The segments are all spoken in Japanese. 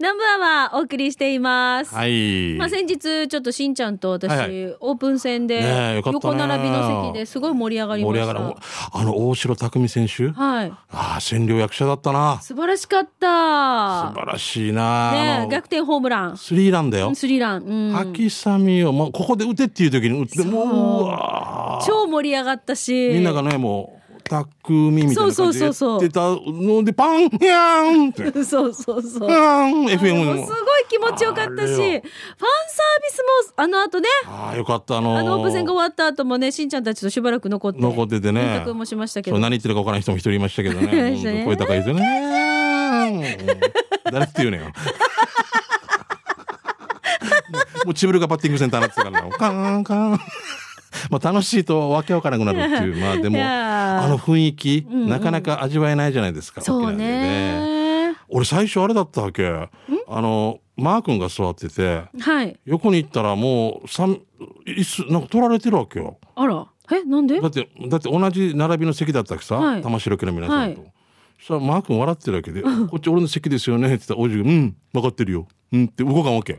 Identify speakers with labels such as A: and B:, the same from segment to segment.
A: 南部アワーお送りしています。
B: はい。
A: まあ、先日ちょっとしんちゃんと私、
B: はいはい
A: オープン戦で
B: ねえよかったね
A: 横並びの席ですごい盛り上がりま
B: 盛り
A: し
B: 上がる
A: た。。
B: あの、大城匠選手
A: はい、
B: ああ、千両役者だったな。素
A: 素晴らしかった。
B: 晴らしいな。あ
A: ね
B: の
A: え、逆転ホームラン、
B: スリーランだよ。
A: スリーラン、うん
B: 秋雨を、まあ、ここで打てっていう時に打って、もう、うわー
A: 超盛り上がったし、
B: みんながね、もう、匠みたいな
A: そ
B: 感
A: う
B: じ
A: そ
B: で
A: う
B: や
A: そう
B: ってたので、パン、ニャーンって、 ニ
A: そうそうそう。
B: ャーン、
A: も
B: FM
A: う
B: です
A: ごい気持ちよかったし、ファン
B: あ
A: サ
B: れ
A: ー
B: よ
A: ビスもあの後ね、
B: ああ、よかった、あのー
A: あのオープン戦が終わった後もね、しんちゃんたちとしばらく残って、
B: 残っててね
A: インタビューもしましたけ
B: そ
A: ど
B: う、何言ってるか分からない人も一人いましたけど
A: いま
B: ね。
A: したね
B: うん声高いですよね。うん誰って言うねんよ。 もうチブルがバッティングセンターになってたからな。カーンカーン。まあ楽しいとわけわからなくなるっていう。まあで
A: い
B: も、
A: やー
B: あの雰囲気、
A: んうん
B: なかなか味わえないじゃないですか。
A: そう
B: 沖縄でね
A: ね。
B: 俺最初あれだったわけ。あの、マー君が座ってて、
A: はい。
B: 横に行ったらもう、三、椅子、なんか取られてるわけよ。
A: あら、え、なんで？
B: だってだって同じ並びの席だったわけさ、
A: はい
B: 玉城家の皆さんと、
A: は
B: そしたらマー君笑ってる わけで「こっち俺の席ですよね」って言ったらおじが「うん分かってるよ」うんって動かん わけえ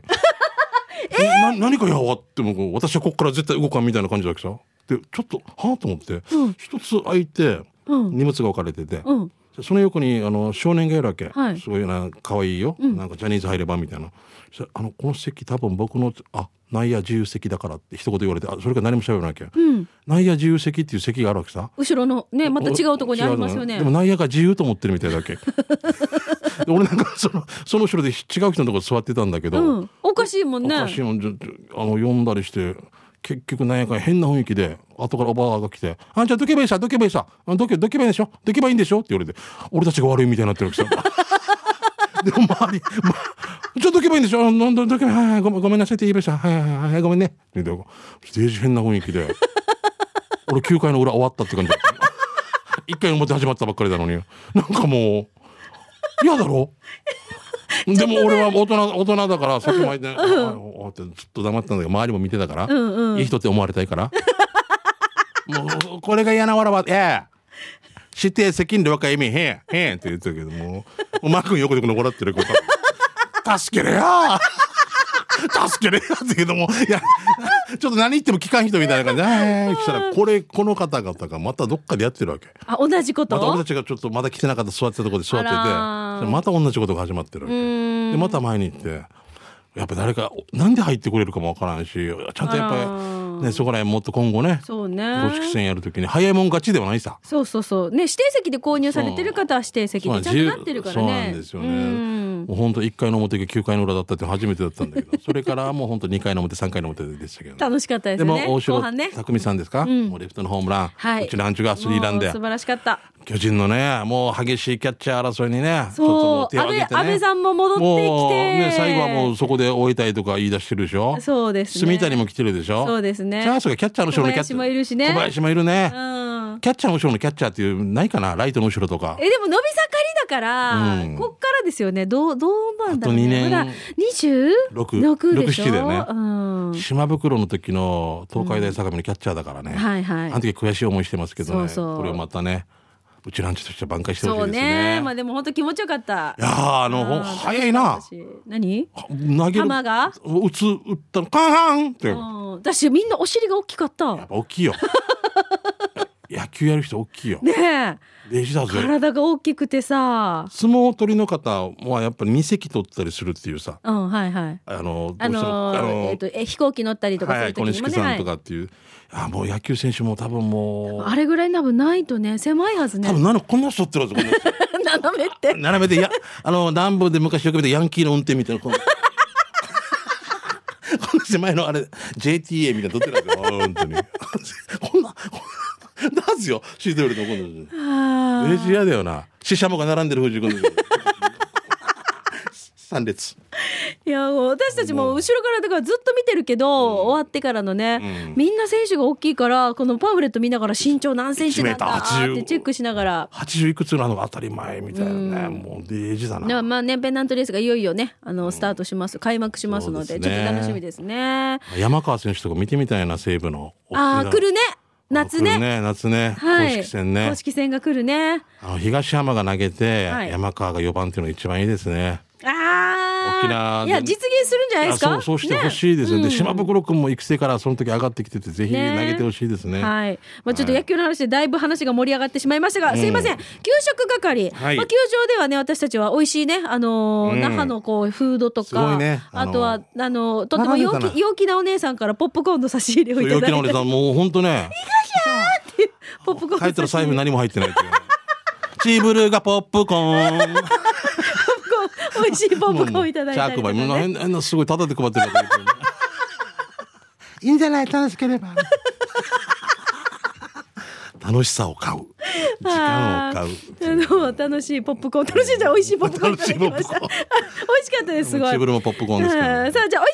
B: な何かやわってもう私はここから絶対動かんみたいな感じだわけさでちょっとはあと思って、
A: うん
B: 一つ空いて
A: うん
B: 荷物が置かれてて、
A: うん。
B: その横にあの少年がいるわけ、
A: はい
B: すごいな可愛いよ、
A: うん
B: なんかジャニーズ入ればみたいなそしたらあのこの席多分僕のあ内野自由席だからって一言言われてあそれから何も喋らなきゃ、
A: うん。
B: 内野自由席っていう席があるわけさ。
A: 後ろのね、また違うところにありますよ
B: 違
A: ね
B: うので。も内野が自由と思ってるみたいだ っけ。で俺なんかその、その後ろで違う人のとこ座ってたんだけ
A: う
B: ど、
A: ん。おかしいもん
B: お
A: ね。
B: かしいもん、ちょちょあの、呼んだりして、結局内野が変な雰囲気で、後からおばあが来て、あ、じゃあどけばいいさ、どけばいいさ、あどけ、どけばいいでしょどけばいいんでしょって言われて、俺たちが悪いみたいになって るわけさ。でも周り、ま、ちょっと行けばいいんでしょあどどどけばいいはいはいごめんごめんなさいって言えばいいさはいはいはいはいごめんね。って言ってステージ変な雰囲気で。俺9回の裏終わったって感じ だった。1回表始まったばっかりなのに。なんかもう、嫌だろでも俺は大人、大人だから、そこまで、あああってずっと黙ってたんだけど、周りも見てたから、
A: うんうん
B: いい人って思われたいから。もう、これが嫌なわらば、ええ。指定責任で若い意味へんへんって言ってるけどもうマー君横でこの笑ってる子が助けれや助けれやってけどもいやちょっと何言っても聞かん人みたいな感じではいそしたらこれこの方々がまたどっかでやってるわけ
A: あ、同じこと。
B: また俺たちがちょっとまだ来てなかった座ってたところで座ってて
A: あらー
B: それまた同じことが始まってるわけ
A: ーん
B: でまた前に行ってやっぱ誰かなんで入ってくれるかもわからんしちゃんとやっ
A: あら
B: ぱ
A: ー
B: り、ね、そこら辺もっと今後ね
A: そうね。
B: 公式戦やるときに早いもん勝ちではないさ
A: そうそうそう。ね、指定席で購入されてる方は指定席
B: そうな
A: で
B: ん
A: ち
B: で
A: ゃんと
B: すよ
A: なってるからね。
B: そうなんですよね。
A: うん
B: もう本当1回の表が9回の裏だったって初めてだったんだけど、それからもう本当2回の表、3回の表でしたけど、ね。
A: 楽しかったです
B: で
A: よ
B: も
A: ね。
B: 大
A: 後
B: 城
A: 半ね。
B: 匠さんですか、
A: ん
B: もうレフトのホームラン、
A: はいう
B: ちのアンチがスリーラン
A: も
B: で
A: う素、晴らしかった。
B: 巨人のね、もう激しいキャッチャー争いにね、ちょっとも
A: そうう。
B: 手を
A: 安
B: 挙
A: 倍、
B: げてね。
A: 安倍さんも戻ってきて。
B: もうね、最後はもうそこで終えたいとか言い出してるでしょ。
A: そうですね
B: 住谷も来てるでしょ。
A: そうですね
B: キャースがキャッチャーの後ろのキャッチャ
A: 小林
B: ー。
A: もいるしね
B: 小林もいるね。
A: うん。
B: キャッチャーの後ろのキャッチャーっていう、ないかなライトの後ろとか。
A: えでも伸び盛りだから、
B: うん
A: こっからですよねどうどうなんだろう、ね、まだ
B: あと
A: 26
B: 6
A: でしょ
B: 7だよね
A: うん、
B: 島袋の時の東海大相模のキャッチャーだからね、
A: はいは
B: あ
A: い
B: の時悔しい思いしてますけどね
A: そうそう
B: これをまたねうちランチとしては挽回してほし
A: そ
B: いうです
A: ね
B: ね
A: まあでも本当気持ちよかった
B: いやーあのほん早いな
A: 私何
B: 投げ
A: 球
B: る
A: が
B: 打つ打ったのカンカンって
A: う
B: やっ
A: ん私みんなお尻が大きかった
B: ぱ 大きいよ野球やる人大きいよ
A: ねえ
B: 弟子だぜ
A: 体が大きくてさ
B: 相撲取りの方はやっぱり2席取ったりするっていうさ
A: うんはいはい
B: あの
A: あのーえっとえ飛行機乗ったりとか
B: は
A: す
B: い
A: る
B: 小
A: 時にも
B: 錦
A: ね、
B: さんと
A: は
B: かっていう、あもう野球選手も多分も
A: い
B: う
A: あれぐらい多分ないとね狭いはずね
B: 多分なのこんな人取ってるはずこんな人
A: 斜めって
B: 斜めでやあの南部で昔よく見たヤンキーの運転みたいなこの この狭いのあれ JTA みたいなの撮ってるわけよ本当にこんなこんななんすよシートベルトこんな
A: あ
B: レジ嫌だよなシシャモが並んでる藤井 君三列
A: いやもう私たちも後ろからだからずっと見てるけど、終わってからのね、みんな選手が大きいからこのパンフレット見ながら身長何センチなんだ
B: 1.80
A: ってチェックしながら。
B: 80いくつなのが当たり前みたいなねもうデージだ
A: だから
B: な
A: まあね、ペンダントレースがいよいよね、あの、スタートします、開幕しますので、
B: そう
A: ち
B: で
A: ょ
B: す
A: っ
B: ね
A: と楽しみですね。
B: 山川選手とか見てみたいな西武の
A: ああ、来るね夏
B: 来
A: ね
B: るね夏ね、
A: はい。
B: 公式戦ね
A: 公式戦が来るね。
B: あの東山が投げて、
A: はい
B: 山川が4番っていうのが一番いいですね。
A: あ
B: 沖縄
A: い
B: で
A: や実現するんじゃないです
B: あそ
A: か
B: うそうしてほしいですね
A: ね
B: で島袋君も育成からその時上がってきててぜひ投
A: ね
B: げてほしいですね
A: はい、まあ、ちょっと野球の話でだいぶ話が盛り上がってしまいましたが、すいません、給食係、
B: はい
A: まあ、球場ではね、私たちは美味しいね、あのー
B: うん
A: 那覇のこうフードと
B: すご
A: か、
B: いねあ
A: あ
B: のー
A: とは、あのーとっても
C: 並んで
A: 陽
C: た
A: 気
C: な
A: 陽気なお姉さんからポップコーンの差し入れを
B: そう
A: い
B: 陽
A: た
B: 気な
A: だ
B: お
A: い
B: 姉
A: て、
B: さんもう本当ね
A: ポップコーンの
B: 帰ったら
A: 差し
B: 財
A: 入
B: 布
A: れ
B: 何も入ってないっていうチーブルがポップコーン
A: 美味しいポップコーンいただいたりとか、
B: 100倍もう
A: ね。
B: 変変なすごいタダで配ってるやつがいて
C: いいんじゃない楽しければ。
B: 楽しさを買う時間を買う
A: はいあの楽しいポップコーン楽しいじゃん美味しいポップコーンいただきました 美味
B: 楽
A: しかったですすごい
B: チーブルもポップコーンですけど
A: うんさあじゃあ美味しい話題を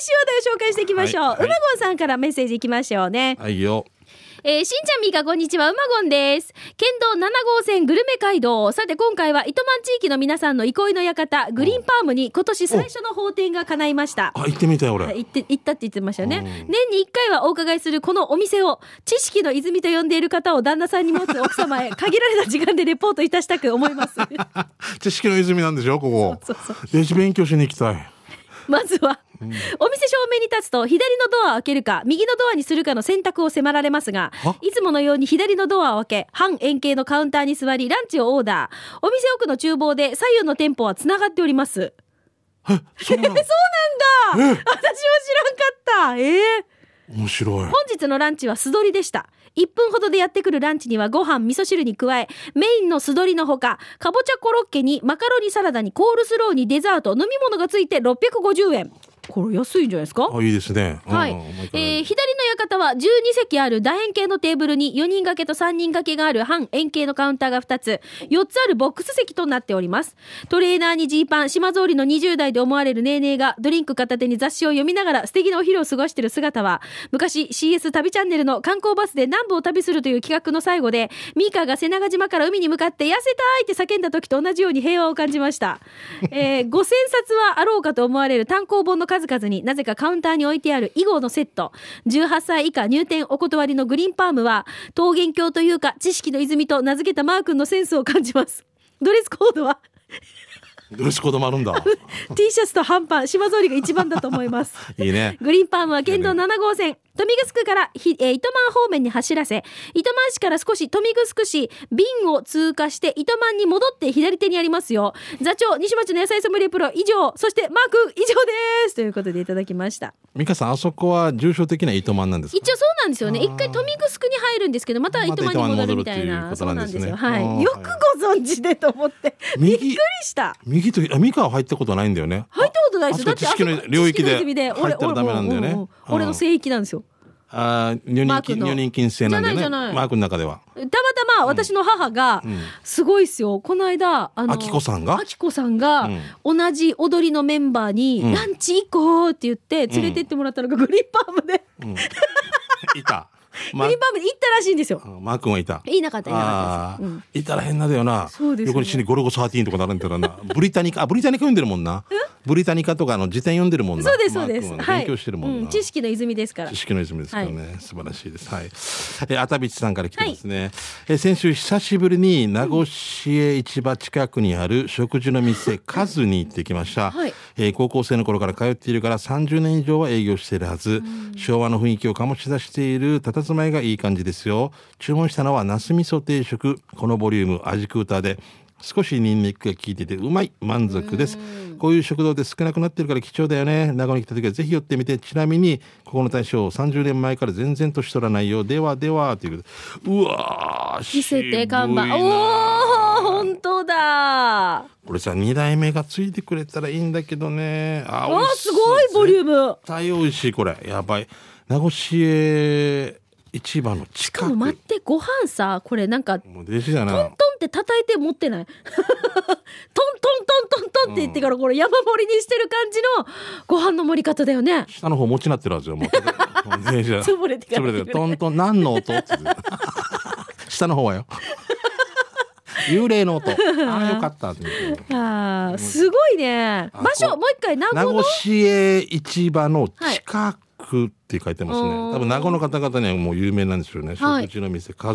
A: 紹介していきましょう、
B: はいはいう
A: まごんさんからメッセージいきましょうね
B: はいよ
A: えー、しんちゃんみーかこんにちは、うまごんです。県道7号線グルメ街道。さて今回は糸満地域の皆さんの憩いの館、グリーンパームに今年最初の放天が叶いました。
B: あ行ってみたい俺、
A: はい行って、行ったって言ってましたよね。年に1回はお伺いするこのお店を、知識の泉と呼んでいる方を旦那さんに持つ奥様へ、限られた時間でレポートいたしたく思います。
B: 知識の泉なんでしょここ
A: そうそう
B: レジ勉強しに行きたい
A: まずは、お店正面に立つと、左のドアを開けるか、右のドアにするかの選択を迫られますが
B: あ、
A: いつものように左のドアを開け、半円形のカウンターに座り、ランチをオーダー。お店奥の厨房で左右の店舗は繋がっております。
B: そうな
A: そ
B: の
A: うなんだ私は知らんかったええ
B: 面白い
A: 本日のランチは素通りでした。1分ほどでやってくるランチにはご飯、味噌汁に加え、メインの素通りのほか、かぼちゃコロッケにマカロニサラダにコールスローにデザート、飲み物がついて650円。これ安いんじゃないですか
B: あいいですね
A: はい。え
B: うんうん
A: ー左の館は12席ある楕円形のテーブルに4人掛けと3人掛けがある半円形のカウンターが2つ、4つあるボックス席となっております。トレーナーにジーパン、島通りの20代で思われるネーネーがドリンク片手に雑誌を読みながら素敵なお昼を過ごしている姿は、昔 CS 旅チャンネルの観光バスで南部を旅するという企画の最後で、ミーカーが瀬長島から海に向かって痩せたいって叫んだ時と同じように平和を感じました。えー、5000冊はあろうかと思われる単行本の数々になぜかカウンターに置いてある囲碁のセット。18歳以下入店お断りのグリーンパームは、桃源郷というか知識の泉と名付けたマー君のセンスを感じます。ドレスコードは
B: ドレスコードもあるんだ
A: T シャツと半パン、島ぞりが一番だと思います。
B: いいね
A: グリーンパームは県道7号線、豊見城区からひ、えー糸満方面に走らせ、糸満市から少し豊見城市、瓶を通過して糸満に戻って左手にありますよ。座長、西町の野菜ソムリエプロ以上、そしてマーク以上ですということでいただきました。
B: 美香さんあそこは重症的な糸満なんです
A: 一
B: か
A: 応そうなんですよね。一回豊見城に入るんですけど、また糸満に戻るみたいな。
B: また糸
A: そう
B: 満
A: な
B: に戻
A: ん
B: るって
A: で
B: い
A: す
B: う
A: よ。
B: ことな
A: は
B: んですね
A: い。よくご存知でと思って、びっ
B: 右
A: くりした。
B: 右とあ美香は入ったことないんだよね
A: 入ったことないですよ。だ
B: あ
A: って
B: あそこ知識の領域で
A: あそこ知識の泉
B: 入ったらダメなんだよね
A: 俺俺俺俺の聖域なんですよ。
B: あー女
A: マー
B: 人
A: ク
B: 禁
A: の
B: 女人禁制なんでね
A: じゃないじゃない
B: マークの中 では
A: たまたま私の母が、すごいっすよ。この間、あの、
B: あきこさんが
A: あきこさんが、同じ踊りのメンバーに、
B: うん
A: ランチ行こうって言って、連れてってもらったのがグリーンパームで、
B: いた、ま
A: グリーンパームに行ったらしいんですよ。
B: マー君はいた
A: いなかった、いなか
B: あ
A: った
B: あ
A: です。うん
B: ー、いたら変なだよな。
A: そうですね
B: 横に死にゴルゴ13とか並んでたらな。ブリタニカ、あ、ブリタニカ読んでるもんな。ブリタニカとかあの辞典読んでるもんな。
A: そうです、そうです。
B: マー君はね勉強してるもん
A: う
B: な。
A: ん知識の泉ですから
B: 知。識の泉ですからね、素晴らしいです。はい。えー、あたびちさんから来てますね。えー先週久しぶりに名護市営市場近くにある食事の店、カズに行ってきました。
A: はい
B: えー高校生の頃から通っているから30年以上は営業しているはず。昭和の雰囲気を醸し出している佇まいがいい感じですよ。注文したのはナス味噌定食。このボリューム、味クーターで。少しニンニクが効いててうまい満足ですこういう食堂で少なくなってるから貴重だよね名古屋に来た時はぜひ寄ってみてちなみにここの大将30年前から全然年取らないよではではということでうわー
A: 見せ
B: 渋
A: て
B: いな
A: 看板。おお、本当だ。
B: これさ2代目がついてくれたらいいんだけどねあ
A: わあ、すごいボリュ
B: ム
A: ーム。
B: 絶対美味しいこれやばい名護市営市場の
A: しか
B: 近
A: も
B: く
A: 待って、ご飯さ、これなんか、
B: もう弟子
A: ト
B: だ
A: ントン
B: な
A: って叩いて持ってない トントントントントンって言ってからこれ山盛りにしてる感じのご飯の盛り方だよね
B: 下の方持ちなってるはずよもう弟子だ
A: 潰れてか
B: 潰
A: ら
B: れてるトントン何の音って言って下の方はよ幽霊の音ああよかった って言って
A: あーすごいね
B: あ
A: 場所
B: こ
A: もう一回名
B: 名
A: 護
B: 護
A: の
B: 市営市場の近くって書いてますね、
A: はい
B: 多分名護の方々にはもう有名なんでしょうね、
A: はい
B: 食事の店数
A: あ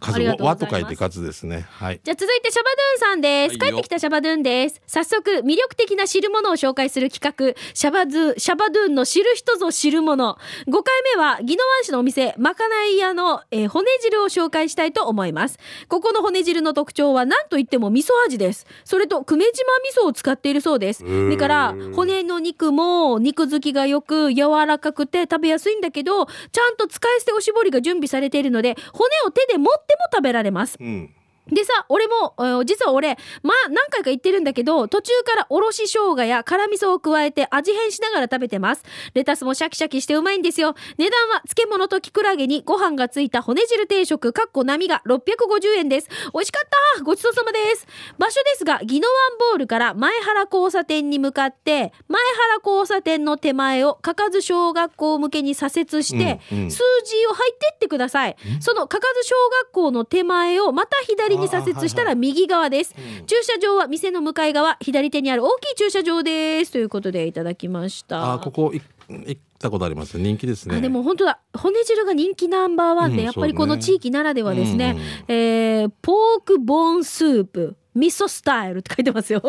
B: 数
A: りがとうござい
B: 和
A: ます
B: と書いて数ですね。はい。
A: じゃあ続いてシャバドゥンさんです。
B: はい
A: 帰
B: よ
A: ってきたシャバドゥンです。早速、魅力的な知るものを紹介する企画、シャバドゥン、シャバドゥンの知る人ぞ知るもの。5回目は、宜野湾市のお店、まかない屋の、えー骨汁を紹介したいと思います。ここの骨汁の特徴は、なんといっても味噌味です。それと、久米島味噌を使っているそうです。
B: ー
A: だから、骨の肉も肉付きがよく柔らかくて食べやすいんだけど、ちゃんと使い捨ておしぼりが準備されているので、骨を手で持っても食べられます。
B: うん。
A: でさ、俺も、えー実は俺、まあ、何回か言ってるんだけど、途中からおろし生姜や辛味噌を加えて味変しながら食べてます。レタスもシャキシャキしてうまいんですよ。値段は漬物とキクラゲにご飯がついた骨汁定食、かっこ波が650円です。美味しかったごちそうさまです。場所ですが、宜野湾ボールから前原交差点に向かって、前原交差点の手前を、かかず小学校向けに左折して、
B: うんうん
A: 数字を入ってってください。そのかかず小学校の手前をまた左に左折したら右側です。駐車場は店の向かい側、左手にある大きい駐車場です。ということでいただきました。
B: あここい行ったことありますね。人気ですね。
A: あでも本当だ骨汁が人気ナンバーワンで、
B: うん
A: やっぱり
B: そうね
A: この地域ならではですね、えーポークボーンスープ味噌スタイルって書いてますよ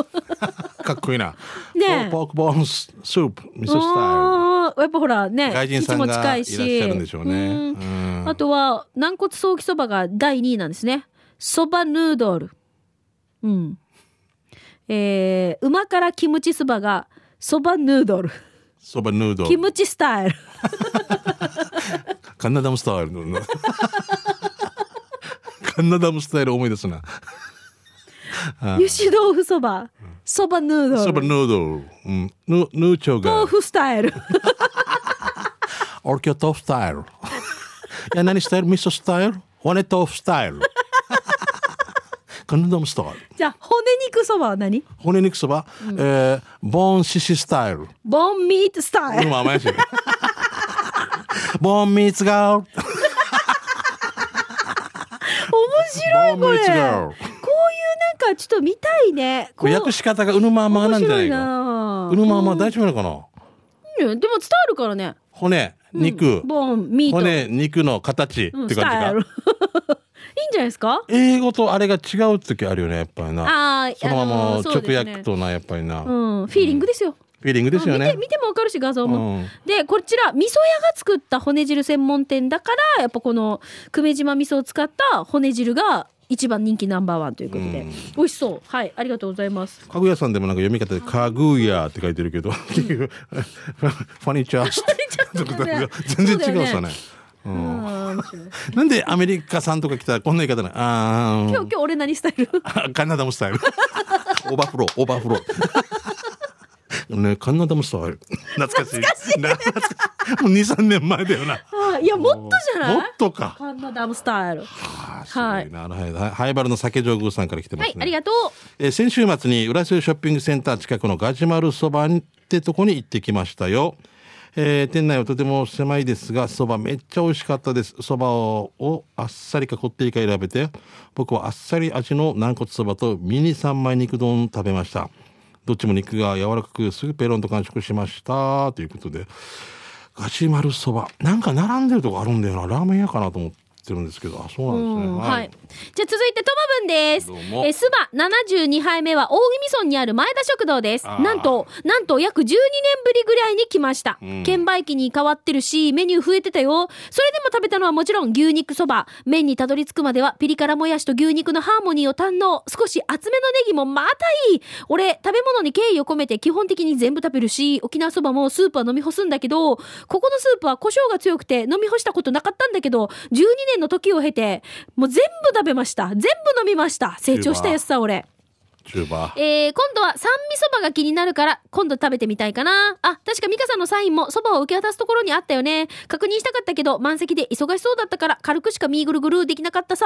B: かっこいいな。
A: ねえ
B: ポークボーンスープ味噌スタ
A: あーやっぱほら
B: イ
A: ね
B: ル。外人さ
A: 基地
B: ん
A: も
B: が
A: 近
B: いらっ
A: い
B: しゃるんでしょうね。
A: うん
B: うん
A: あとは軟骨早期そばが第2位なんですねそばヌードルうんえー、馬からキムチそばがそばヌードル
B: そばヌード
A: キ
B: ル。
A: ムチスタイル
B: カンナダムスタイ ルの。カンナダムスタイル思い出すな。
A: 油脂豆腐そばそばヌード
B: そば
A: ル
B: ヌードル。うん。ヌヌーチョ
A: 豆
B: が。
A: 腐スタイル
B: 俺今日豆腐スタイル。いや何スタイル味噌スタイル骨豆腐スタイル。カンナダムスタイル。
A: じゃあ骨肉そばは何
B: 骨肉そば、えーボーンシシスタイル。
A: ボンミートスタイ
B: う
A: ル
B: ん、甘いし。ボーンミーツガール。
A: 面白いこ
B: ボン
A: れ
B: ミ
A: こうい
B: ーツ
A: う
B: ガール
A: なんかちょっと見たいね
B: こ
A: こ
B: れ
A: の
B: 訳し方がうぬままなんじゃないか。
A: 面
B: う
A: 白い
B: ぬまま大丈夫なのかな
A: なうんでも伝わるからね
B: 骨、肉、
A: ボンミート
B: 骨、肉の形
A: う
B: って感
A: ん
B: じ
A: スタイル いい
B: か
A: ん。じゃないですか
B: 英語とあれが違う時あるよね、やっぱりな。
A: あー
B: そのまま
A: あ
B: の
A: そう
B: 直
A: ですね
B: 訳とな、やっぱりな。
A: う
B: フ
A: ん、フィーリングですよ。
B: ィーリングですよ
A: うん見
B: ね
A: て。見てもわかるし画像も、
B: うん
A: でこちら味噌屋が作った骨汁専門店だからやっぱこの久米島味噌を使った骨汁が一番人気ナンバーワンということで、美味しそうはいありがとうございます
B: かぐやさんでもなんか読み方で、かぐやって書いてるけど、結局ファニチャーし
A: ファニチャー だよね
B: て全然違うさね。
A: あー面白い
B: なんでアメリカさんとか来たらこんな言い方なのあ
A: 今日今日俺何スタ イル
B: ーカンナダムスタイルオーバーフローオーバーフローねカンナダムスタイル懐かしいな懐かしいもう23年前だよな
A: あーいやもっとじゃない
B: もっとか
A: カンナダムスタイルは
B: あーすごいなあのはいハイバルの酒上宮さんから来てますね
A: いありがとう
B: えー先週末に浦添ショッピングセンター近くのガジュマルそばってとこに行ってきましたよ、えー店内はとても狭いですがそばめっちゃ美味しかったですそばををあっさりかこってりか選べて僕はあっさり味の軟骨そばとミニ三枚肉丼を食べましたどっちも肉が柔らかくすぐペロンと完食しましたということでガジュマルそばなんか並んでるとこあるんだよなラーメン屋かなと思ってるんですけどあそうなんですね、
A: はい、じゃあ続いてトマブンです
B: どうも
A: えースバ72杯目は大宜味村にある前田食堂です
B: あー
A: なんとなんと約12年ぶりぐらいに来ました、券売機に変わってるしメニュー増えてたよそれでも食べたのはもちろん牛肉そば麺にたどり着くまではピリ辛もやしと牛肉のハーモニーを堪能少し厚めのネギもまたいい俺食べ物に敬意を込めて基本的に全部食べるし沖縄そばもスープは飲み干すんだけどここのスープは胡椒が強くて飲み干したことなかったんだけど12年の時を経てもう全部食べました全部飲みました成長したやつさ俺
B: チューバー
A: えー、今度は酸味そばが気になるから、今度食べてみたいかな。あ、確か美香さんのサインもそばを受け渡すところにあったよね。確認したかったけど、満席で忙しそうだったから、軽くしかミーグルグルーできなかったさ。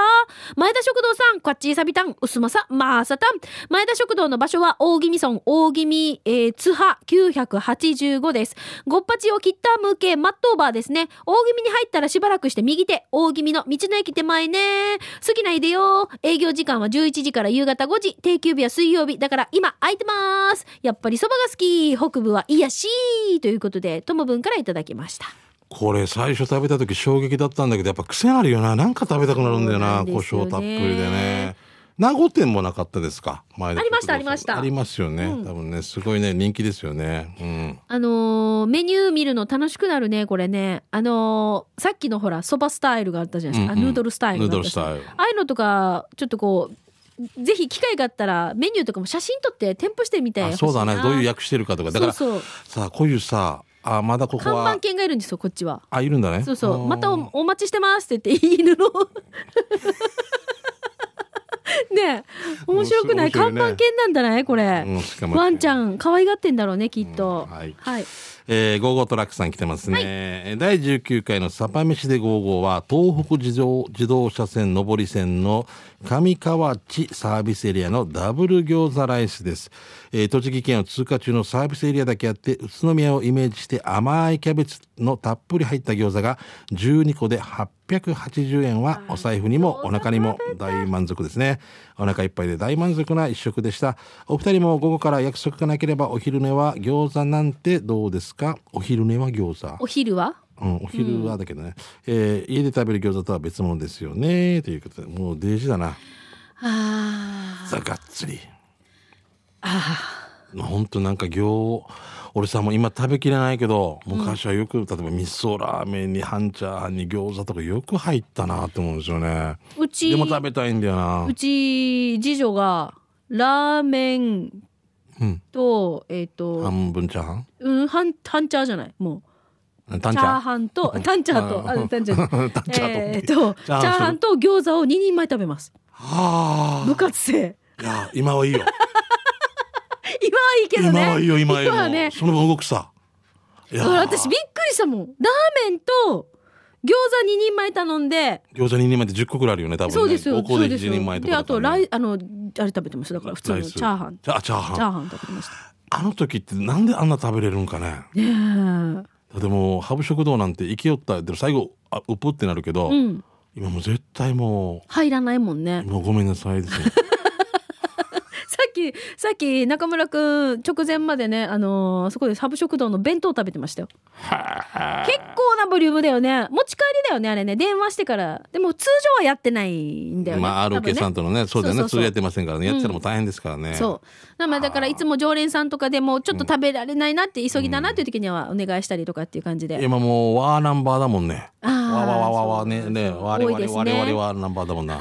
A: 前田食堂さん、こっちいさびたん、うすまさ、まーさたん。前田食堂の場所は、大宜味村、大宜味、えー、津波985です。ごっぱちを切った向け、マットオーバーですね。大宜味に入ったらしばらくして右手、大宜味の道の駅手前ね。好きないでよ。営業時間は11時から夕方5時。定休日は水曜日。だから今空いてます。やっぱりそばが好き。北部はいいやし。ということで、ともぶんからいただきました。
B: これ最初食べた時衝撃だったんだけどやっぱ癖なるよななんか食べたくなるんだよ
A: そう
B: な
A: なんで
B: 胡
A: すよね
B: 椒たっぷりでね名護店もなかったですか前で
A: ありましたありました
B: ありますよね、
A: うん
B: 多分ねすごいね人気ですよねうん
A: あのーメニュー見るの楽しくなるね、これね。あのーさっきのほら、そばスタイルがあったじゃないですか。
B: うんうん
A: あヌードルスタイルがあったじゃない
B: ヌードルスタイ
A: ああいうのとか、ちょっとこう、ぜひ機会があったら、メニューとかも写真撮って添付してみてほしい
B: あ
A: な。
B: そうだねどういう役してるかとかだから
A: そうそう
B: さあこういうさあまだここ
A: 看
B: は
A: 板犬がいるんですよ、こっちは。
B: あいるんだね
A: そうそ
B: あー
A: う。またおお待ちしてますって言って、犬の。 ねえ面白くない
B: 面白
A: 看
B: いね
A: 板犬なんだね、これ。
B: うんしかも
A: ワンちゃん、可愛がってんだろうね、きっと。
B: うんはい
A: はい。
B: えー、ゴーゴートラックさん来てますね。えー第19回のサパ飯でゴーゴーは、東北自動自動車線上り線の上川地サービスエリアのダブル餃子ライスです。えー栃木県を通過中のサービスエリアだけあって、宇都宮をイメージして甘いキャベツのたっぷり入った餃子が12個で880円はお財布にもお腹にも大満足ですね。お腹いっぱいで大満足な一食でした。お二人も午後から約束がなければお昼寝は餃子なんてどうですかお昼寝は餃子。
A: お昼は
B: うん、お昼はだけどね、えー家で食べる餃子とは別物ですよね。ということで、もうデージだな。
A: あー
B: ザがっつり。
A: あ
B: ほんとなんか餃俺さもう今食べきれないけど昔はよく、例えば味噌ラーメンに半チャーハンに餃子とかよく入ったなって思うんですよね
A: ー。うち
B: でも食べたいんだよな
A: うち次女がラーメン
B: うん
A: と、えっ、と、
B: 半分チャーハン
A: うん、半半チャーじゃないも
B: タン
A: う
B: チャ
A: チ
B: ー
A: ャーハンとタンチャーと
B: あ
A: あタンチャーと
B: タン チャーと
A: えっ、とチ
B: チャーハ
A: ャ
B: ンする
A: ーハンと餃子を2人前食べます
B: は
A: 部活生
B: あいや今はいいよ
A: 今はいいけどね
B: 今はいいよ今はいいよ
A: 今はね
B: その分動くさい
A: だ
B: や
A: から私びっくりしたもんラーメンと餃子2人前頼んで
B: 餃子2人前って10個ぐらいあるよね多分ね
A: そうですよ
B: 5
A: そ
B: 個
A: う
B: で
A: です
B: 1
A: よ
B: 人前と
A: で
B: か
A: あ
B: だか
A: と
B: ら
A: ラ
B: ね
A: イあのあれ食べてましただから普通の
B: ライ
A: チ
B: ス
A: ャーハンチ
B: あチャーハ
A: ャ
B: ン
A: ーハン食べてました
B: あの時ってなんであんな食べれるんかね
A: ね
B: だってもうハブ食堂なんて生きよったで最後あうぷってなるけど、
A: えうん
B: 今もう絶対も
A: 入らないもんね
B: うもうごめんなさいですよ
A: さっき、さっき中村くん直前までね、あのーそこでサブ食堂の弁当食べてましたよ。結構なボリュームだよね。持ち帰りだよね、あれね。電話してから。でも通常はやってないんだよね。
B: まあ
A: 多分ね
B: RK さんとのねそうだよね
A: そうそうそう
B: 通やってませんからねやってたらもう大変ですからね、
A: そう。なまあだからいつも常連さんとかでもちょっと食べられないなって急ぎだなっていう時にはお願いしたりとかっていう感じで。
B: 今もうワーナンバーだもんね
A: あ
B: わ
A: ー
B: わわわわ
A: そ
B: ね
A: う
B: ねわれ
A: 多い
B: われ
A: ですね
B: われわれワーナンバーだも んな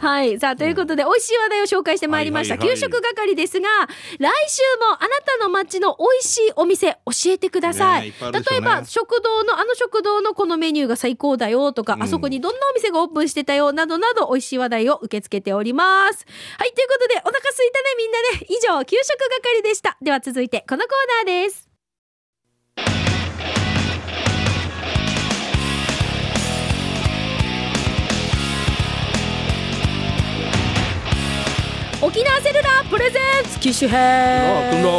A: はい。さあ、ということで、美味しい話題を紹介してまいりました。
B: はいはいはい
A: 給食係ですが、来週もあなたの街の美味しいお店教えてください。
B: ねえいっぱいあるでしょ
A: 例え
B: うね
A: ば、食堂の、あの食堂のこのメニューが最高だよとか、あそこにどんなお店がオープンしてたよなどなど、美味しい話題を受け付けております。はい。ということで、お腹すいたね、みんなね。以上、給食係でした。では続いて、このコーナーです。沖縄セルラープレゼンツ機種編この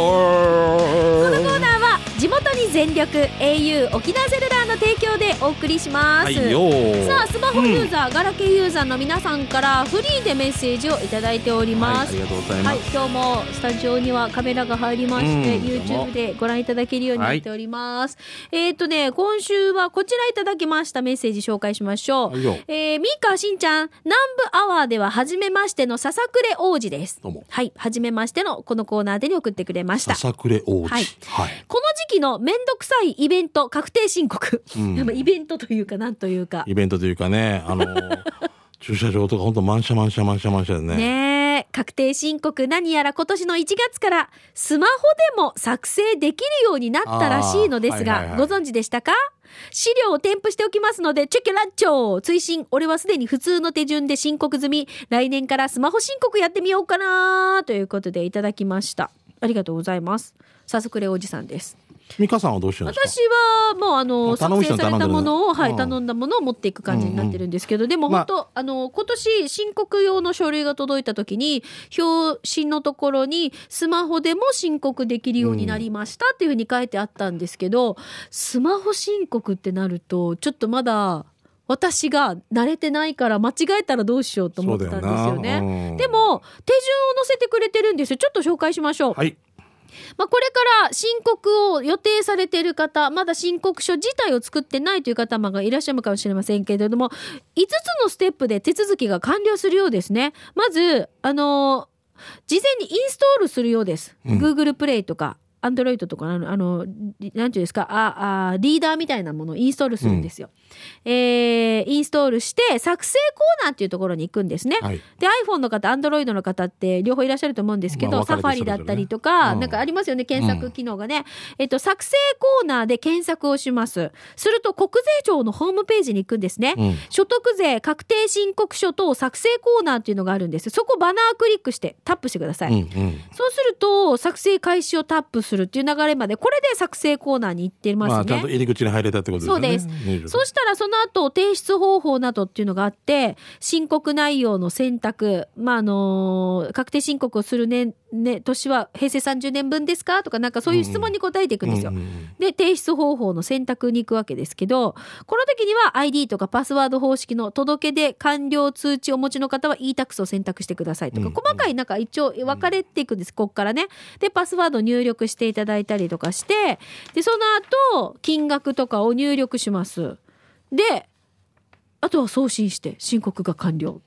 A: コーナーは地元に全力 au 沖縄セルラーの提供でお送りします、
B: はいよー
A: さあスマホユーザー、ガラケーユーザーの皆さんからフリーでメッセージをいただいており
B: は
A: ま
B: い、あ
A: す、
B: りがとうございま
A: は
B: す、
A: い、今日もスタジオにはカメラが入りまして、
B: うん
A: YouTube でご覧いただけるようになっております。えーっ、とね、今週はこちらいただきましたメッセージ紹介しましょう。
B: はいよ
A: えー、ミーカーしんちゃん、南部アワーでは初めましての笹暮王子です。
B: どうも
A: はい、初めましてのこのコーナーでに送ってくれました。
B: 笹暮王子
A: は
B: はいい、
A: この時期のめんどくさいイベント確定申告。
B: うん
A: やっぱイベントというかなんというか。
B: イベントというかねあの駐車場とか本当満車満車満車満車でね
A: ねえ、確定申告何やら今年の1月からスマホでも作成できるようになったらしいのですが、
B: あーはいはいはい
A: ご存知でしたか資料を添付しておきますので、チェキラッチョ追伸、俺はすでに普通の手順で申告済み、来年からスマホ申告やってみようかなということでいただきました。ありがとうございます。早速レおじさんです。
B: 美香さんはどうしてるんですか
A: 私はもうあの
B: あ頼む
A: 作成
B: 人に
A: されたものを、はい、
B: 頼んでるの
A: 頼んだものを持っていく感じになってるんですけど、でも本当、あの今年申告用の書類が届いた時に表紙のところにスマホでも申告できるようになりましたっていうふうに書いてあったんですけど、スマホ申告ってなるとちょっとまだ私が慣れてないから間違えたらどうしようと思ってたんですよ
B: そうだよなう
A: ね。
B: ん
A: でも手順を載せてくれてるんですよ。ちょっと紹介しましょう。
B: はい
A: まあ、これから申告を予定されている方、まだ申告書自体を作ってないという方がいらっしゃるかもしれませんけれども、5つのステップで手続きが完了するようですね。まず、あのー事前にインストールするようです。
B: うん
A: Google プレイとか。Android とかあの、あの、りなんていうんですか、あ、あ、リーダーみたいなものをインストールするんですよ。えーインストールして、作成コーナーっていうところに行くんですね。
B: はい。
A: で iPhone の方 Android の方って両方いらっしゃると思うんですけど、
B: まあ分
A: サ
B: かれ
A: フ
B: て
A: ァ
B: それ
A: リ
B: ぞれね
A: だったりとか、
B: うん
A: なんかありますよね検
B: うん
A: 索機能がね、えっと作成コーナーで検索をしますすると国税庁のホームページに行くんですね、
B: うん。
A: 所得税確定申告書等作成コーナーっていうのがあるんですそこバナークリックしてタップしてください、
B: うん。うん。
A: そうすると作成開始をタップするっていう流れまでこれで作成コーナーに行ってますね、
B: まあ、ちゃんと入り口に入れたってことですよね。
A: そう
B: です
A: そしたらその後提出方法などっていうのがあって申告内容の選択、まああの確定申告をする年、ね、年は平成30年分ですかとかなんかそういう質問に答えていくんですよ。で提出方法の選択に行くわけですけどこの時には ID とかパスワード方式の届け出完了通知をお持ちの方は e-tax を選択してくださいとか、
B: うん
A: 細かいなんか一応分かれていくんです、ここからね。でパスワードを入力していただいたりとかしてでその後金額とかを入力します。であとは送信して申告が完了。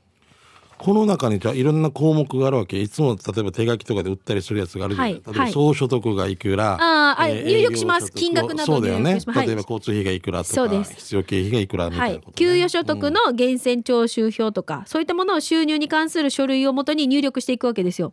B: この中にじゃあいろんな項目があるわけいつも例えば手書きとかで売ったりするやつがあるじゃない、
A: はい
B: 例えば
A: はい
B: 総所得がいくら、
A: あーあ入力
B: 営業
A: します
B: 所得
A: 金額など
B: そうだよね、
A: 入力しますはい
B: 例えば交通費がいくらと
A: そう
B: か
A: です
B: 必要経費がいくらみた
A: はい
B: ないこと、ね、
A: 給与所得の源泉徴収票とか、そういったものを収入に関する書類をもとに入力していくわけですよ。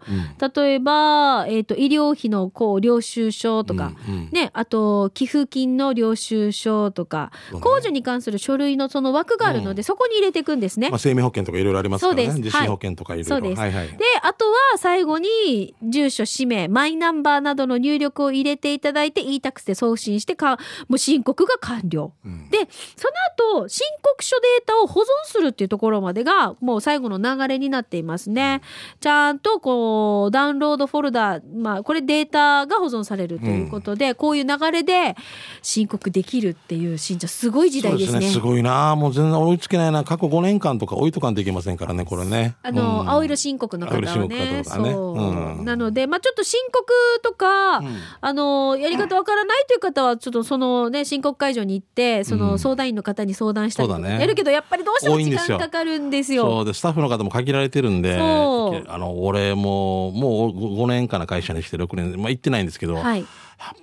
A: 例えば、えー、と医療費のこう領収書とか、
B: うんうん
A: ね、あと寄付金の領収書とか、
B: そうね
A: 控除に関する書類のその枠があるので、そこに入れていくんですね。
B: まあ、生命保険とかいろいろありますからね
A: そうです
B: 自身保険とかいろいろ、
A: そうです
B: はいはい
A: で、あとは最後に、住所、氏名、マイナンバーなどの入力を入れていただいて、e-tax で送信してか、もう申告が完了。で、その後、申告書データを保存するっていうところまでが、もう最後の流れになっていますね。ちゃんと、こう、ダウンロードフォルダ、まあ、これデータが保存されるということで、こういう流れで申告できるっていう、信者、すごい時代です
B: そう
A: ね。
B: ですねすごいなもう全然追いつけないな過去5年間とか置いとかんといけませんからねこれね
A: あの、
B: うん
A: 青色申告の方は
B: 青色
A: ね
B: 申告の方はね
A: そう、
B: うん
A: なので、まあ、ちょっと申告とか、あのやり方わからないという方はちょっとその、ね、申告会場に行ってその相談員の方に相談したりとか
B: そうだね
A: やるけどやっぱりどうしても
B: 多いん
A: 時
B: ですよ
A: 間かかるんです
B: そ
A: よ。
B: うでスタッフの方も限られてるんで
A: そう
B: あの俺もうもう5年かな会社にして6年、まあ、行ってないんですけど、
A: はい、
B: やっ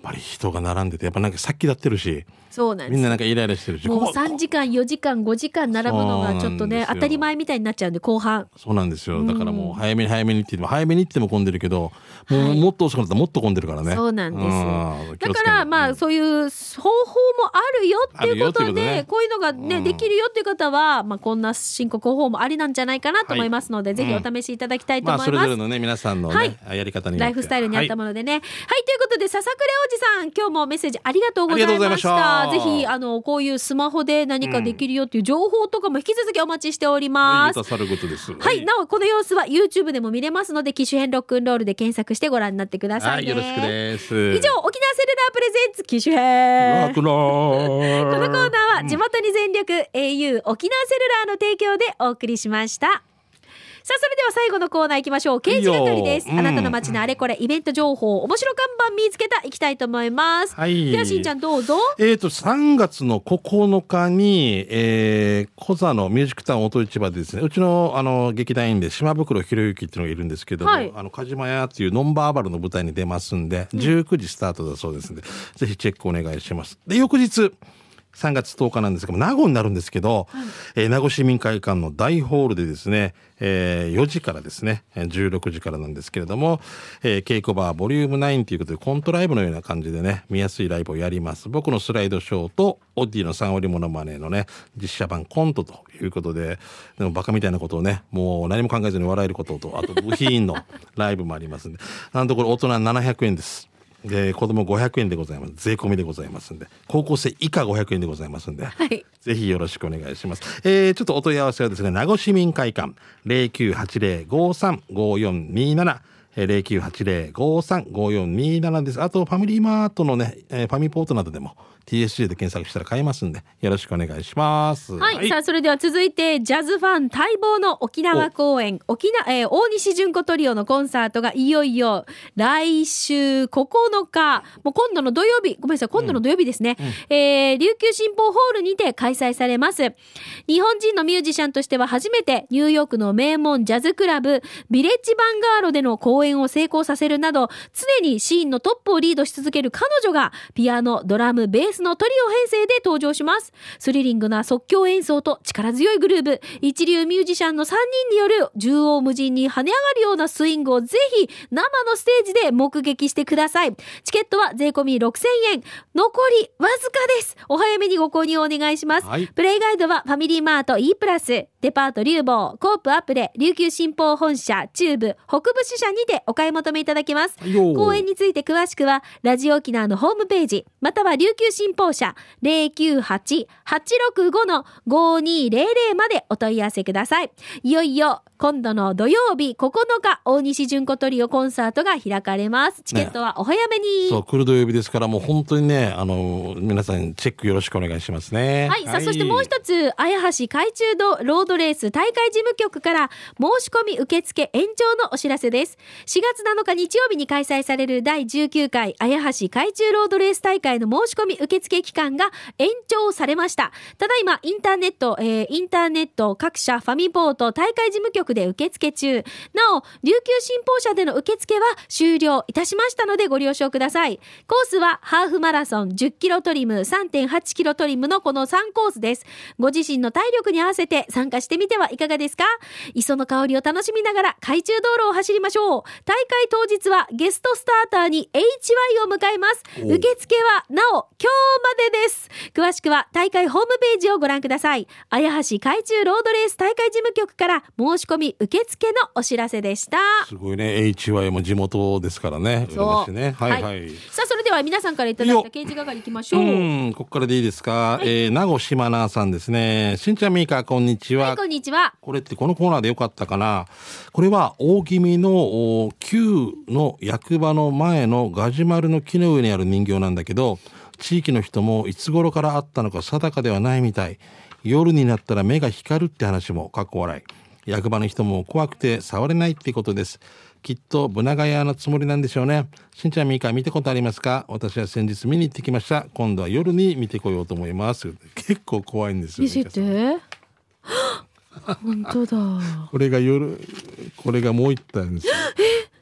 B: ぱり人が並んでてやっぱなんか先立ってるし
A: そうなん
B: みん
A: で
B: ななんかイライラしてるし
A: す。もう
B: ここ
A: 3時間4時間5時間並ぶのがちょっと
B: そうなんで
A: ね
B: すよ
A: 当たり前みたいになっちゃうんで後半
B: そうなんですよだからもう早めに早めにって言っても早めに行っても混んでるけどもうもっと遅くなったらもっと混んでるからね
A: そうなんです
B: うん気
A: だか
B: をつけない
A: らまあそういう方法もあるよっていうこと
B: あるよっていうこ
A: で
B: とね
A: こういうのがね、
B: うん
A: できるよっていう方は、まあ、こんな申告方法もありなんじゃないかなと思いますので、ぜひお試しいただきたいと
B: ま
A: 思い
B: あ
A: ます。
B: それぞれのね皆さんのね、やり方によって
A: ライフスタイルに合った
B: はい
A: ものでね。はい、ということで、笹倉おじさん、今日もメッセージありがとうござい
B: ありがと
A: ま
B: うご
A: し
B: ざ
A: た。
B: いま
A: ぜ
B: した
A: ひ、あの、こういうスマホで何かできるよっていう情報とかも引き続きお待ちしており
B: はい、
A: ます。
B: ゆたさることですは
A: はい、なお、この様子は YouTube でも見れますので、機種編ロックンロールで検索してご覧になってくださ
B: はいい
A: ね。
B: よろしくです
A: 以上、沖縄セルラープレゼンツ機種編。こ
B: ロ
A: のコーナ
B: ー
A: ーは地元に全力 au 沖縄セルラーの提供でお送りしました。さあ、それでは最後のコーナー行きましょう。刑事係です。
B: いいよ
A: あなたの街のあれこれ、イベント情報、面白看板見つけた、行きたいと思います。
B: はい
A: では、しんちゃんどうぞ。
B: えー、と3月の9日に、えー、コザのミュージックタウン音市場でですねうちのあの劇団員で島袋博之っていうのがいるんですけども、
A: はい
B: あの鹿島屋っていうノンバーバルの舞台に出ますんで19時スタートだそうですんで、ぜひチェックお願いします。で翌日3月10日なんですけども名護になるんですけど、えー名護市民会館の大ホールでですね、えー4時からですねえー16時からなんですけれども、えー稽古バーボリューム9ということでコントライブのような感じでね見やすいライブをやります僕のスライドショーとオッディの3割モノマネのね実写版コントということででもバカみたいなことをねもう何も考えずに笑えることとあと部品のライブもありますんでなんとこれ大人700円です。で子供500円でございます税込みでございますんで高校生以下500円でございますんで、
A: い
B: ぜひよろしくお願いします、えーちょっとお問い合わせはですね名護市民会館0980-535427えー、0980535427です。あと、ファミリーマートのね、えーファミポートなどでも TSC で検索したら買えますんで、よろしくお願いします。
A: はい、さあそれでは続いてジャズファン待望の沖縄公演沖縄、えー大西純子トリオのコンサートがいよいよ来週9日もう今度の土曜日ごめんなさい今度の土曜日ですね、えー琉球新報ホールにて開催されます日本人のミュージシャンとしては初めてニューヨークの名門ジャズクラブビレッジヴァンガーロでの公演を成功させるなど常にシーンのトップをリードし続ける彼女がピアノドラムベースのトリオ編成で登場しますスリリングな即興演奏と力強いグルーブ一流ミュージシャンの3人による縦横無尽に跳ね上がるようなスイングをぜひ生のステージで目撃してくださいチケットは税込み6000円残りわずかですお早めにご購入お願いします、
B: はい
A: プレイガイドはファミリーマート E プラス、デパート流房、コープアップレ、琉球新報本社、中部、北部支社にてお買い求めいただけます。
B: はいよー
A: 公演について詳しくは、ラジオ沖縄のホームページ、または琉球新報社098-865-5200までお問い合わせください。いよいよ、今度の土曜日9日、大西純子トリオコンサートが開かれます。チケットはお早めに。
B: そう、来る土曜日ですから、もう本当にね、あの、皆さんチェックよろしくお願いしますね。
A: はい、さあそしてもう一つ綾橋海中道ロードレース大会事務局から申し込み受付延長のお知らせです4月7日日曜日に開催される第19回綾橋海中ロードレース大会の申し込み受付期間が延長されましたただいまインターネット、えーインターネット各社ファミポート大会事務局で受付中なお琉球新報社での受付は終了いたしましたのでご了承くださいコースはハーフマラソン10キロトリム3.8キロトリムのこの3コースですご自身の体力に合わせて参加してみてはいかがですか磯の香りを楽しみながら海中道路を走りましょう大会当日はゲストスターターに HY を迎えます
B: お
A: 受付はなお今日までです詳しくは大会ホームページをご覧ください綾橋海中ロードレース大会事務局から申し込み受付のお知らせでした
B: すごいね、HY も地元ですからね。
A: そう
B: 浦和市ね。はいはい。
A: さあそれでは皆さんからいただいた刑事係いきましょう
B: うん、ここからでいいですか。えー、名護島奈さんですね。しんちゃんみーか、こんにちは。
A: はいこんにちは
B: これってこのコーナーでよかったかなこれは大気味のお旧の役場の前のガジュマルの木の上にある人形なんだけど地域の人もいつ頃からあったのか定かではないみたい夜になったら目が光るって話もかっこ笑い役場の人も怖くて触れないってことですきっとブナガヤのつもりなんでしょうねしんちゃんみーか見たことありますか私は先日見に行ってきました今度は夜に見てこようと思います結構怖いんですよ
A: 見せて本当だ
B: これが夜これがもう一 体ですよ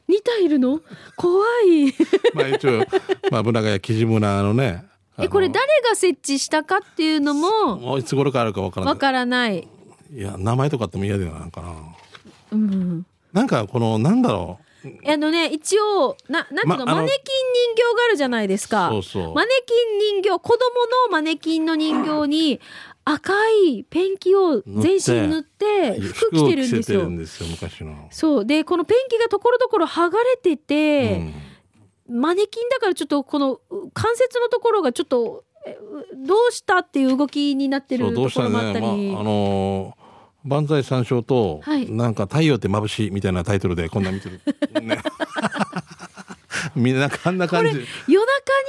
A: 2体いるの怖い
B: まあ一応まあブナガヤキジムナのねあの
A: えこれ誰が設置したかっていうのも
B: もういつ頃からあるかわから
A: わ
B: ない
A: からない、
B: いや名前とかあっても嫌だよなんかな
A: うん、
B: なんかこのなんだろ
A: あのね一応ななんていうの,、
B: まあの
A: マネキン人形があるじゃないですか
B: そうそう
A: マネキン人形子供のマネキンの人形に赤いペンキを全身塗って
B: う
A: 服着てるんです
B: 服を着せてる
A: よ
B: んですよ昔の、
A: そうでこのペンキがところどころ剥がれて
B: う
A: て、
B: ん、
A: マネキンだからちょっとこのう関節のところがちょっとえうどうしたっていう動きになって
B: そ
A: る
B: う
A: と
B: どうし
A: こ
B: た
A: ろ
B: ら
A: もあった
B: ねまああ
A: り、
B: のー万歳三唱と、
A: はい
B: なんか太陽って眩しいみたいなタイトルでこんな 見てる、ね、 みんなあんな感じ
A: 夜中に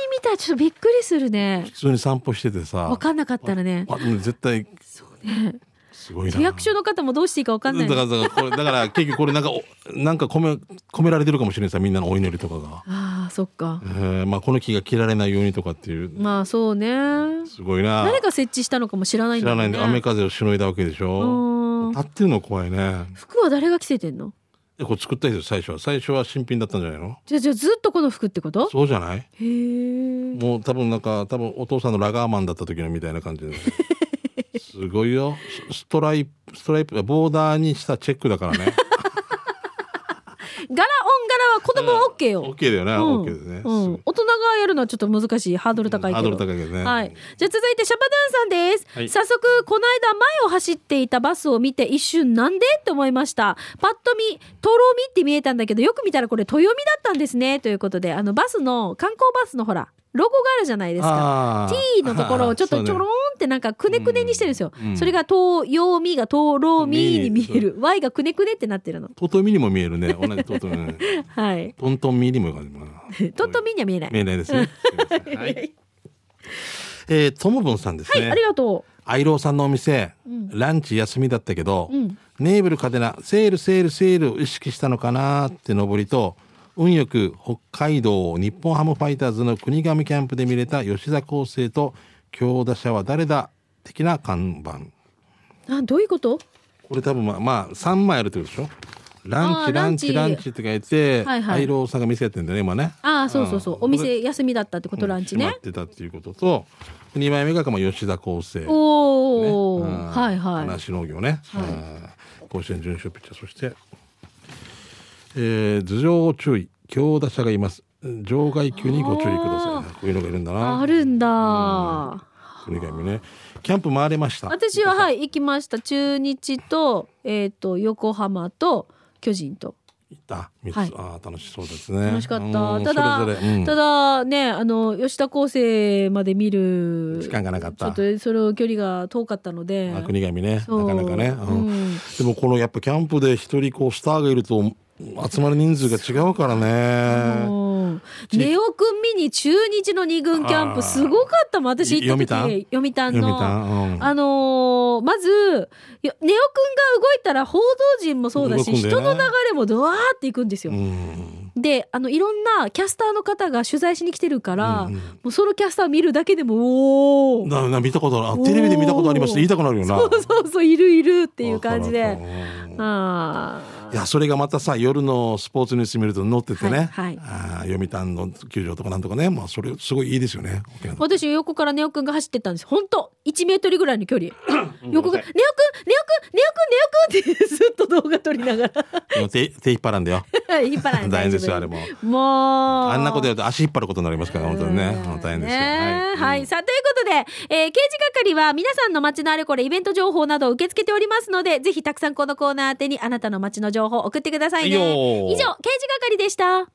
A: 見たらちょっとびっくりするね
B: 普通に散歩しててさ
A: 分かんなかったらね
B: あでも絶対
A: そうね
B: すごいな
A: 区役所の方もどうしていいか分かんない
B: だからだからこれだから結局これなんかおなんか込め込められてるかもしれないさみんなのお祈りとかが、
A: あーそっか
B: えーまあ、この木が切られないようにとかっていう
A: まあそうね
B: すごいな
A: 誰が設置したのかも知らないん
B: 知
A: だ
B: ら
A: も
B: ない
A: ね
B: んで雨風をしのいだわけでし
A: うー
B: ょ
A: ん
B: 立ってるの怖いね
A: 服は誰が着せてんの
B: えこれ作った人最初は最初は新品だったんじゃないの
A: じゃあじゃあずっとこの服ってこと
B: そうじゃない
A: へえ
B: もう多分なんか多分お父さんのラガーマンだった時のみたいな感じですごいよスストライプストライプボーダーにしたチェックだか らね
A: 柄オン柄は子供は OK よ、
B: オッケーだよね、
A: うん
B: オッケーだよね、
A: う
B: すご
A: ん
B: い、
A: 大人がやるのはちょっと難しいハードル高いけど
B: ハードル高いけどね
A: はい、じゃあ続いてシャバドゥンさんです、
B: はい
A: 早速この間前を走っていたバスを見て一瞬なんでって思いましたパッと見とろみって見えたんだけどよく見たらこれ豊見だったんですねということであのバスの観光バスのほらロゴがあるじゃないですか。
B: あー
A: T のところをちょっ
B: そ
A: と
B: うね
A: ちょろんってなんかくねくねにしてるんですよ。
B: うんうん
A: それが東洋みが東老みに見える。Y がくねくねってなってるの。
B: トトミにも見えるね。同じトトミ。うん
A: はい。
B: トントンミにも感じま
A: トントンミには見えない。
B: 見えないですね。すいませんはい。えー、トムブンさんです
A: はい、
B: ね。
A: ありがと
B: アイローさんのお店、ランチ休みだったけど、
A: ん
B: ネーブルカデナセールセールセールを意識したのかなって上りと運よく北海道日本ハムファイターズの国頭キャンプで見れた吉田康生と強打者は誰だ的な看板
A: う。あ、どういうこと
B: これ多分まあ、まあ、3枚あるってことでしょラン
A: あー
B: チラ
A: ラン
B: ン
A: チ
B: チランチって書いて、
A: はいはい
B: アイローさんが店やってんだよね今ね
A: ああ、そうそうそう。お店休みだったってこと、ランチ
B: うん
A: ね
B: 閉まっ。てたっていうことと2枚目がまあ吉田康生
A: おお、
B: うん
A: はいはい。
B: 話農業ね、うん甲子園準勝ピッチャーそして、えー、頭上注意強打者がいます場外球にご注意ください
A: あー
B: ねこういうのがいるんだな
A: あるんだ。
B: 国神ねキャンプ回れました
A: 私ははい行きました。中日とえっ、と横浜と巨人と。
B: 行った三つ、
A: はい
B: あー楽しそうですね
A: 楽しかった。
B: うん
A: ただ、
B: それぞれ、うん
A: ただね、あの、吉田康生まで見る。
B: 時間がなかった
A: ちょっと、それを距離が遠かったので。
B: まあ国神ねな
A: そう
B: かなかね、うん
A: うん
B: でもこのやっぱキャンプで一人こうスターがいると集まる人数が違うからね
A: うんネオ君見に中日の二軍キャン
B: あー
A: プすごかったもん私行った時
B: 読
A: 読谷
B: 読
A: の
B: みた、うん、
A: あのーまずよネオ君が動いたら報道陣もそうだし
B: 動くんだよ
A: 人
B: ね
A: の流れもドワーっていくんですよ、
B: うん
A: であのいろんなキャスターの方が取材しに来てるから、
B: うんうん
A: もうそのキャスター見るだけでもおお
B: なな見たことあるあテレビで見たことあります言いたくなるよな
A: そうそうそういるいるっていう感じ
B: わか
A: で
B: るわかる
A: ああ
B: いやそれがまたさ夜のスポーツニュース見ると載っててね、
A: はいはい
B: あー読谷の球場とかなんとかね、まあ、それすごいいいですよね沖縄の
A: 私横からネオくんが走ってったんです本当1メートルぐらいの距離横から「ネオくんネオくんネオくんネオくん」ってずっと動画撮りなが
B: でも手手引っ張らんだよ
A: ら引っ張らない
B: 大変ですよあれも
A: もう
B: あ
A: あ
B: んなことやると足引っ張ることになりますから本当にね
A: うん
B: 大変ですよ、
A: ねはい、
B: うん
A: さあということで、えー、刑事係は皆さんの街のあれこれイベント情報などを受け付けておりますのでぜひたくさんこのコーナー宛てにあなたの街の情報を送ってくださいね
B: いいよ
A: 以
B: ー
A: 上刑事係でした